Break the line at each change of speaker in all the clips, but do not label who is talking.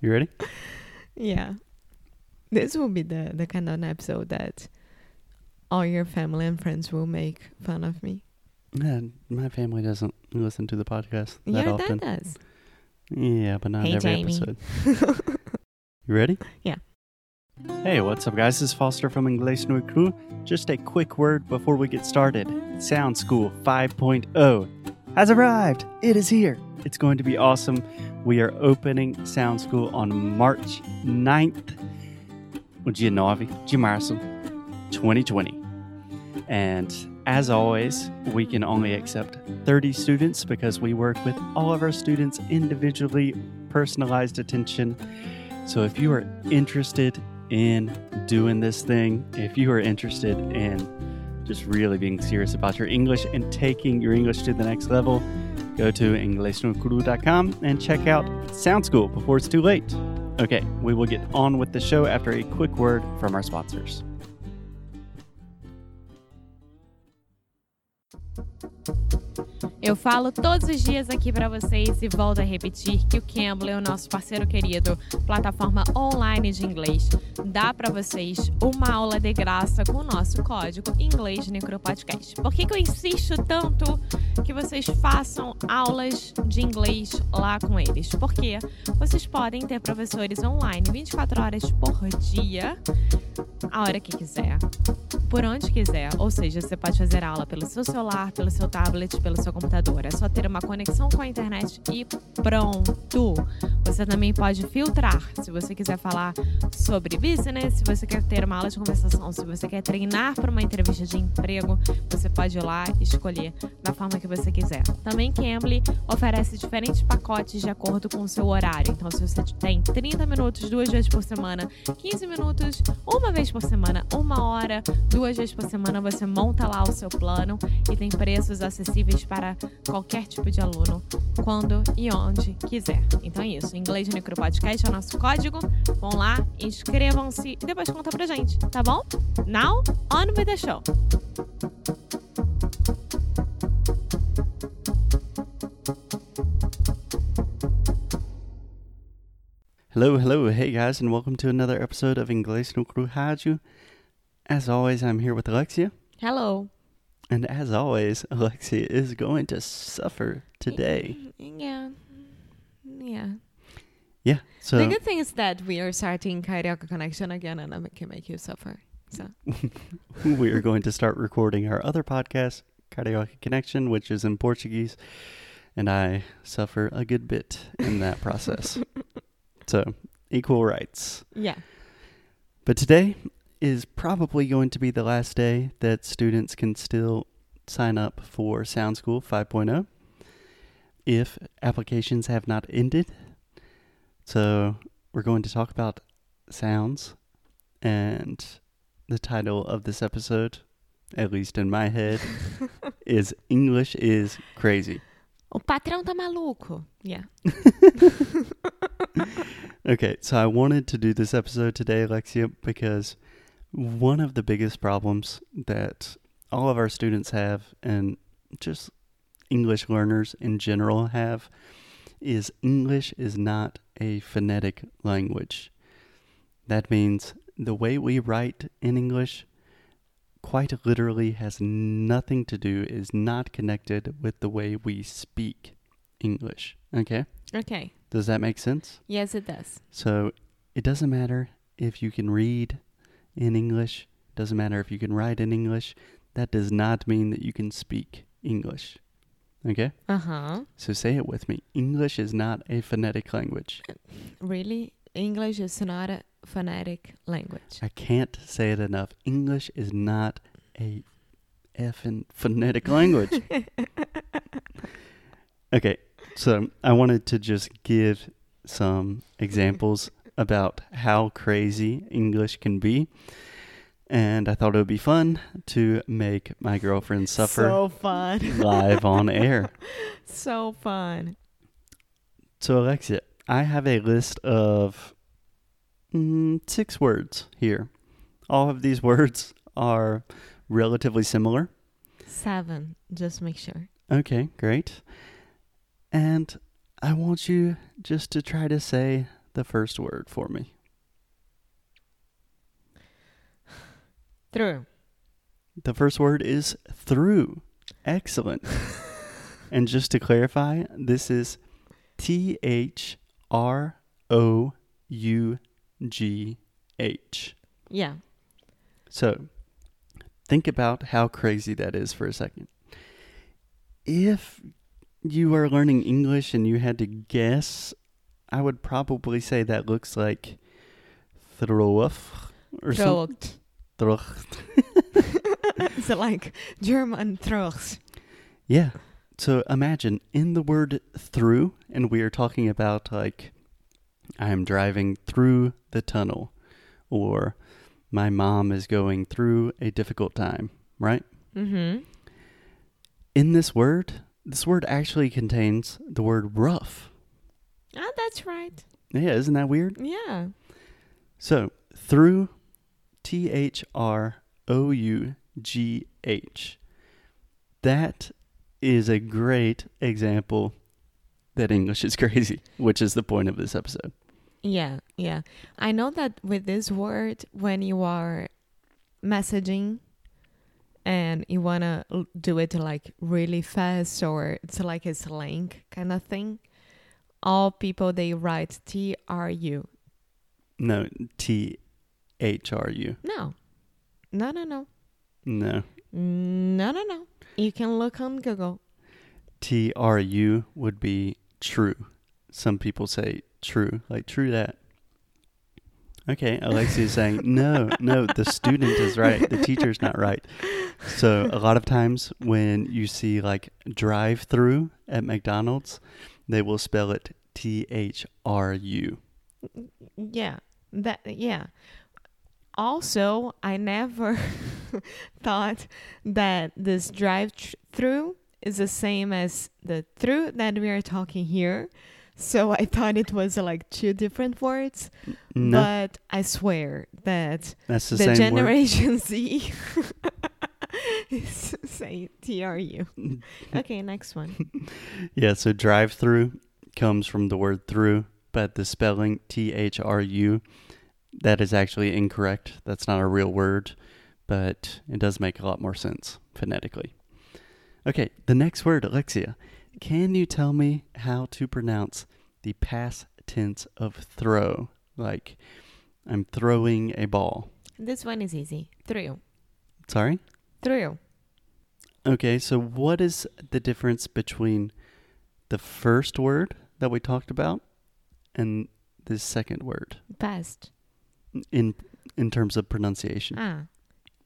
You ready?
Yeah. This will be the, the kind of an episode that all your family and friends will make fun of me.
Yeah, my family doesn't listen to the podcast that
yeah,
often.
that does.
Yeah, but not
Hey,
every
Jamie.
episode. You ready?
Yeah.
Hey, what's up, guys? This is Foster from Inglês no Cru. Just a quick word before we get started. Sound School 5.0 has arrived. It is here. It's going to be awesome. We are opening Sound School on March 9th, o dia 9 de março, 2020. And as always, we can only accept 30 students because we work with all of our students individually, personalized attention. So if you are interested in doing this thing, if you are interested in just really being serious about your English and taking your English to the next level, go to inglesnocru.com and check out Sound School before it's too late. Okay, we will get on with the show after a quick word from our sponsors.
Eu falo todos os dias aqui pra vocês e volto a repetir que o Cambly é o nosso parceiro querido, plataforma online de inglês. Dá pra vocês uma aula de graça com o nosso código inglês necropodcast. Por que, que eu insisto tanto que vocês façam aulas de inglês lá com eles? Porque vocês podem ter professores online 24 horas por dia, a hora que quiser por onde quiser. Ou seja, você pode fazer aula pelo seu celular, pelo seu tablet, pelo seu computador. É só ter uma conexão com a internet e pronto. Você também pode filtrar. Se você quiser falar sobre business, se você quer ter uma aula de conversação, se você quer treinar para uma entrevista de emprego, você pode ir lá e escolher da forma que você quiser. Também Cambly oferece diferentes pacotes de acordo com o seu horário. Então, se você tem 30 minutos duas vezes por semana, 15 minutos uma vez por semana, uma hora, duas vezes por semana, você monta lá o seu plano e tem preços acessíveis para qualquer tipo de aluno, quando e onde quiser. Então é isso. Inglês no Micropodcast é o nosso código. Vão lá, inscrevam-se e depois conta pra gente, tá bom? Now, on with the show.
Hello, hello, hey guys, and welcome to another episode of Inglês no Cru Rádio. As always, I'm here with Alexia,
Hello.
and as always, Alexia is going to suffer today.
Yeah. Yeah.
Yeah, so
the good thing is that we are starting Carioca Connection again and I can make you suffer. So
we are going to start recording our other podcast, Carioca Connection, which is in Portuguese, and I suffer a good bit in that process. so, equal rights.
yeah.
But today is probably going to be the last day that students can still sign up for Sound School 5.0 if applications have not ended. So, we're going to talk about sounds and the title of this episode, at least in my head, is English is Crazy.
O patrão tá maluco. Yeah.
Okay, so I wanted to do this episode today, Alexia, because one of the biggest problems that all of our students have, and just English learners in general have, is English is not a phonetic language. That means the way we write in English quite literally has nothing to do, is not connected with the way we speak English. Okay?
Okay.
Does that make sense?
Yes, it does.
So it doesn't matter if you can read in English, doesn't matter if you can write in English. That does not mean that you can speak English. Okay?
Uh-huh.
So say it with me. English is not a phonetic language.
Really? English is not a phonetic language.
I can't say it enough. English is not a effing phonetic language. okay, so I wanted to just give some examples about how crazy English can be. And I thought it would be fun to make my girlfriend suffer
So fun.
live on air.
So fun.
So, Alexia, I have a list of mm, six words here. All of these words are relatively similar.
Seven. Just make sure.
Okay, great. And I want you just to try to say the first word for me.
True.
The first word is through. Excellent. and just to clarify, this is T H R O U G H.
Yeah.
So think about how crazy that is for a second. If you are learning English and you had to guess, I would probably say that looks like through or something.
Throat.
Through.
It's like German trucks.
Yeah. So imagine in the word through, and we are talking about like, I am driving through the tunnel, or my mom is going through a difficult time, right?
Mm-hmm.
In this word, this word actually contains the word rough.
Ah, that's right.
Yeah, isn't that weird?
Yeah.
So through, T H R O U G H. That is a great example that English is crazy, which is the point of this episode.
Yeah, yeah. I know that with this word, when you are messaging and you want to do it like really fast or it's like a slang kind of thing, all people they write T R U.
No, T H R U.
No, no, no, no,
No,
no, no, no. You can look on Google.
T R U would be true. Some people say true, like true that. Okay, Alexia is saying, no, no, the student is right. The teacher's not right. So, a lot of times when you see like drive through at McDonald's, they will spell it T H R U.
Yeah, that yeah. Also, I never thought that this drive-through is the same as the through that we are talking here. So I thought it was like two different words,
No,
but I swear that
that's the,
the,
same
Generation Z is saying TRU.
word.
Okay, next one.
Yeah, so drive through comes from the word through, but the spelling T H R U, that is actually incorrect. That's not a real word, but it does make a lot more sense phonetically. Okay, the next word, Alexia. Can you tell me how to pronounce the past tense of throw? Like, I'm throwing a ball.
This one is easy. Through,
Sorry?
through.
Okay, so what is the difference between the first word that we talked about and the second word
Past.
in in terms of pronunciation?
Ah,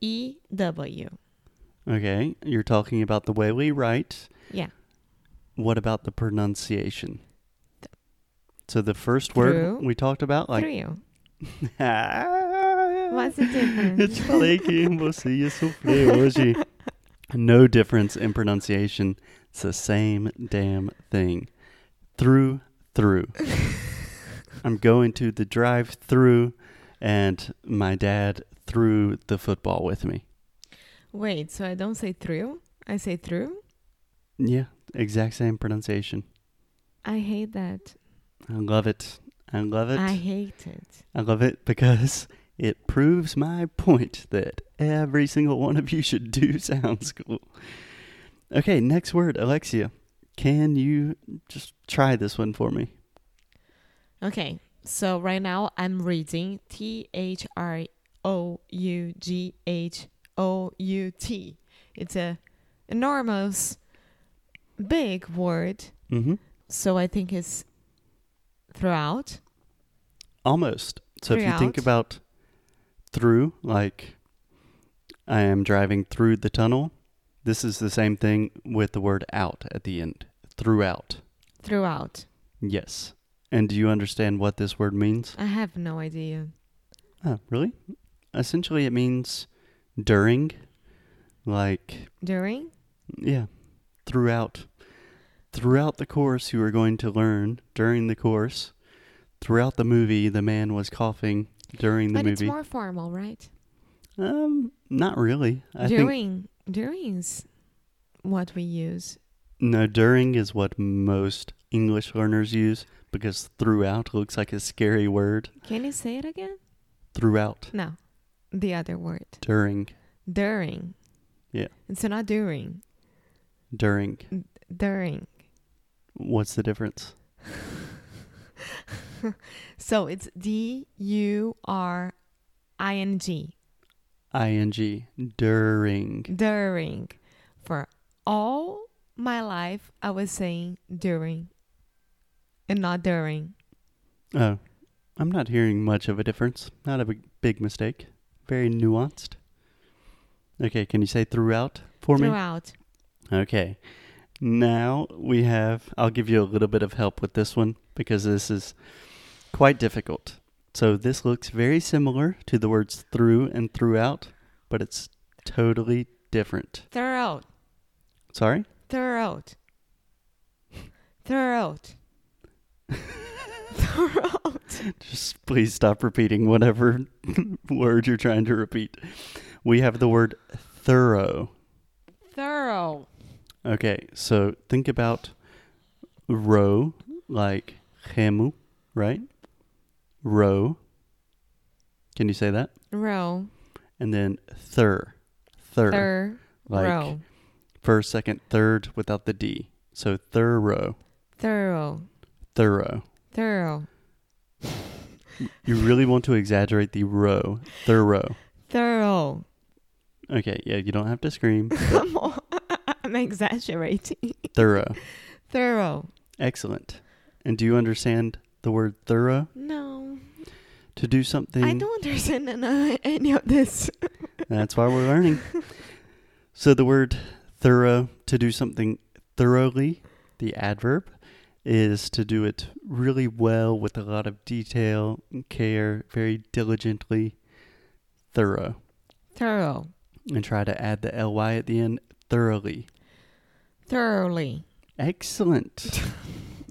E W.
Okay, you're talking about the way we write.
Yeah.
What about the pronunciation? So the first word
Through.
we talked about, like,
through.
what's Ah,
What's the difference?
Eu te falei que você ia sofrer hoje. No difference in pronunciation. It's the same damn thing. Through, through. I'm going to the drive through, and my dad threw the football with me.
Wait, so I don't say through. I say through.
Yeah, exact same pronunciation.
I hate that.
I love it. I love it.
I hate it.
I love it because it proves my point that every single one of you should do sound school. Okay, next word, Alexia. Can you just try this one for me?
Okay, so right now I'm reading T H R O U G H O U T. It's a enormous, big word.
Mm-hmm.
So I think it's throughout.
Almost. So if you think
Throughout.
about through, like I am driving through the tunnel, this is the same thing with the word out at the end. Throughout.
Throughout.
Yes. And do you understand what this word means?
I have no idea.
Oh, really? Essentially, it means during, like,
During?
yeah, throughout. Throughout the course, you are going to learn during the course. Throughout the movie, the man was coughing during the
but it's
movie.
more formal, right?
um, not really. I think
during during is what we use
no. During is what most English learners use because throughout looks like a scary word.
Can you say it again?
Throughout,
No, the other word.
during,
During.
Yeah.
It's not during.
during.
During.
What's the difference?
So it's D U R I N G.
Ing, during.
During. For all my life, I was saying during and not during.
Oh, I'm not hearing much of a difference. Not a big, big mistake. Very nuanced. Okay, can you say throughout for me?
Throughout.
Okay. Now we have, I'll give you a little bit of help with this one because this is quite difficult. So this looks very similar to the words through and throughout, but it's totally different.
Throughout.
Sorry?
Throat. Throat. Throat.
Just please stop repeating whatever word you're trying to repeat. We have the word thorough.
Thorough.
Okay, so think about row, like chemu, right? Row. Can you say that?
Row.
And then thir. Thir.
Thir.
like
row.
first, second, third without the D. So thorough.
Thorough.
Thorough.
Thorough.
You really want to exaggerate the row. Thorough.
Thorough.
Okay, yeah, you don't have to scream.
Come on. I'm exaggerating.
thorough.
Thorough.
Excellent. And do you understand the word thorough?
No.
To do something.
I don't understand ano- any of this.
That's why we're learning. so the word thorough, to do something thoroughly, the adverb, is to do it really well with a lot of detail and care, very diligently, thorough.
Thorough.
And try to add the ly at the end, thoroughly.
Thoroughly.
Excellent.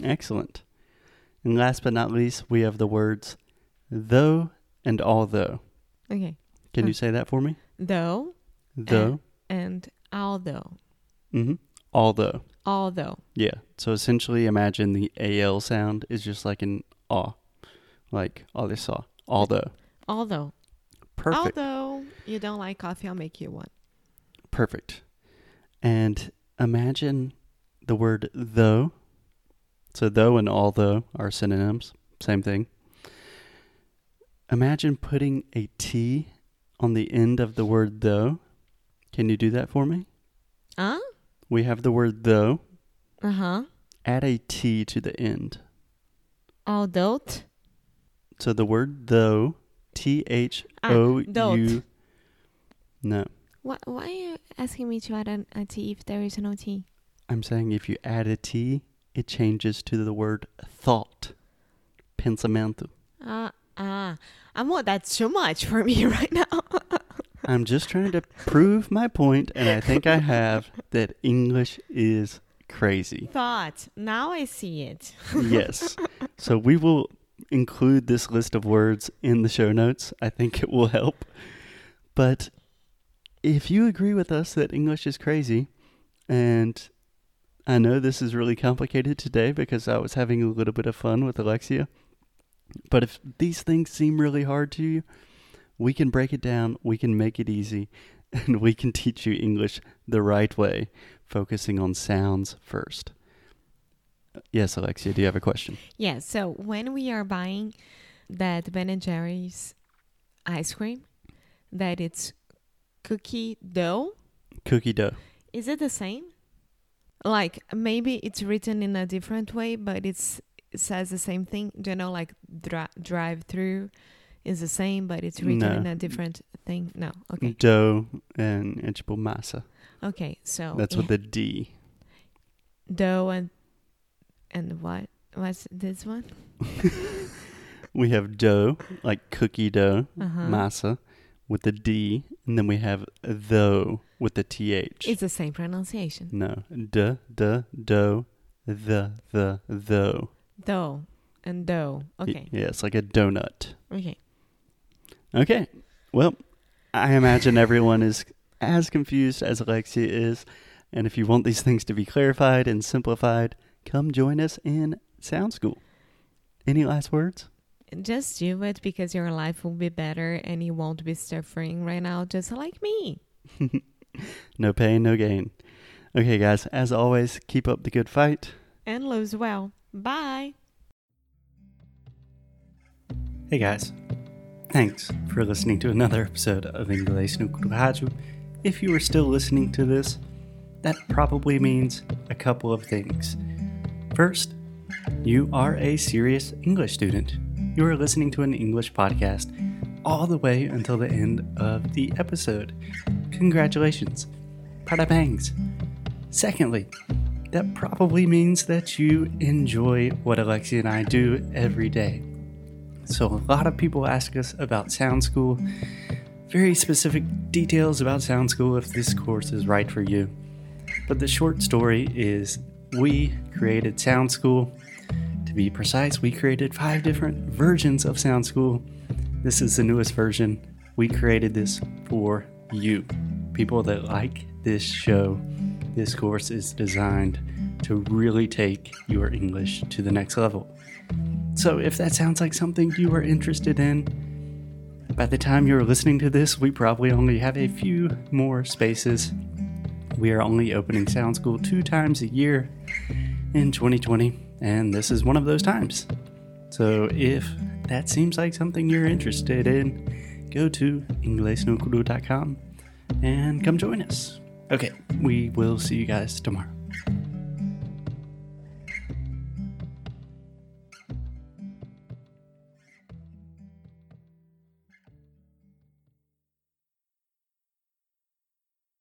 Excellent. And last but not least, we have the words though and although.
Okay.
Can you say that for me?
Though
Though.
and although.
hmm Although.
Although.
Yeah. So essentially, imagine the AL sound is just like an aw, like all this saw. Although.
Although.
Perfect.
Although you don't like coffee, I'll make you one.
Perfect. And imagine the word though. So, though and although are synonyms, same thing. Imagine putting a T on the end of the word though. Can you do that for me?
Huh?
We have the word though.
Uh huh.
Add a T to the end.
Although.
So the word though, T H O U.
don't.
No,
Why, why are you asking me to add an, a T if there is no T?
I'm saying if you add a T, it changes to the word thought. Pensamento.
Ah, ah. I'm what? That's too much for me right now.
I'm just trying to prove my point, and I think I have that English is crazy.
Thought. Now I see it.
Yes. So we will include this list of words in the show notes. I think it will help. But if you agree with us that English is crazy, and I know this is really complicated today because I was having a little bit of fun with Alexia, but if these things seem really hard to you, we can break it down, we can make it easy, and we can teach you English the right way, focusing on sounds first. Yes, Alexia, do you have a question?
Yeah. So when we are buying that Ben and Jerry's ice cream, that it's cookie dough,
Cookie dough.
is it the same? Like maybe it's written in a different way, but it's it says the same thing. Do you know, like dri- drive through is the same, but it's written
No. Mm.
in a different thing. No. Okay.
Dough and é tipo massa.
Okay. So
That's
Oh, yeah.
what the D.
dough and and what what's this one?
We have dough, like cookie dough,
Uh-huh.
massa, with the D, and then we have though with the TH.
It's the same pronunciation.
no. D, d, dough, the, the, though.
Dough and dough.
Y-
Okay.
Yeah, it's like a donut.
Okay.
Okay. Well, I imagine everyone is as confused as Alexia is. And if you want these things to be clarified and simplified, come join us in Sound School. Any last words?
Just do it because your life will be better and you won't be suffering right now, just like me.
No pain, no gain. Okay, guys, as always, keep up the good fight.
And lives well. Bye.
Hey guys, thanks for listening to another episode of Inglês no Curraju. If you are still listening to this, that probably means a couple of things. First, you are a serious English student. You are listening to an English podcast all the way until the end of the episode. Congratulations. Parabangs. Secondly, that probably means that you enjoy what Alexia and I do every day. So, a lot of people ask us about Sound School, very specific details about Sound School if this course is right for you. But the short story is we created Sound School. To be precise, we created five different versions of Sound School. This is the newest version. We created this for you. People that like this show, this course is designed to really take your English to the next level. So if that sounds like something you are interested in, by the time you're listening to this, we probably only have a few more spaces. We are only opening Sound School two times a year in 2020, and this is one of those times. So if that seems like something you're interested in, go to inglesnucru.com and come join us. Okay, we will see you guys tomorrow.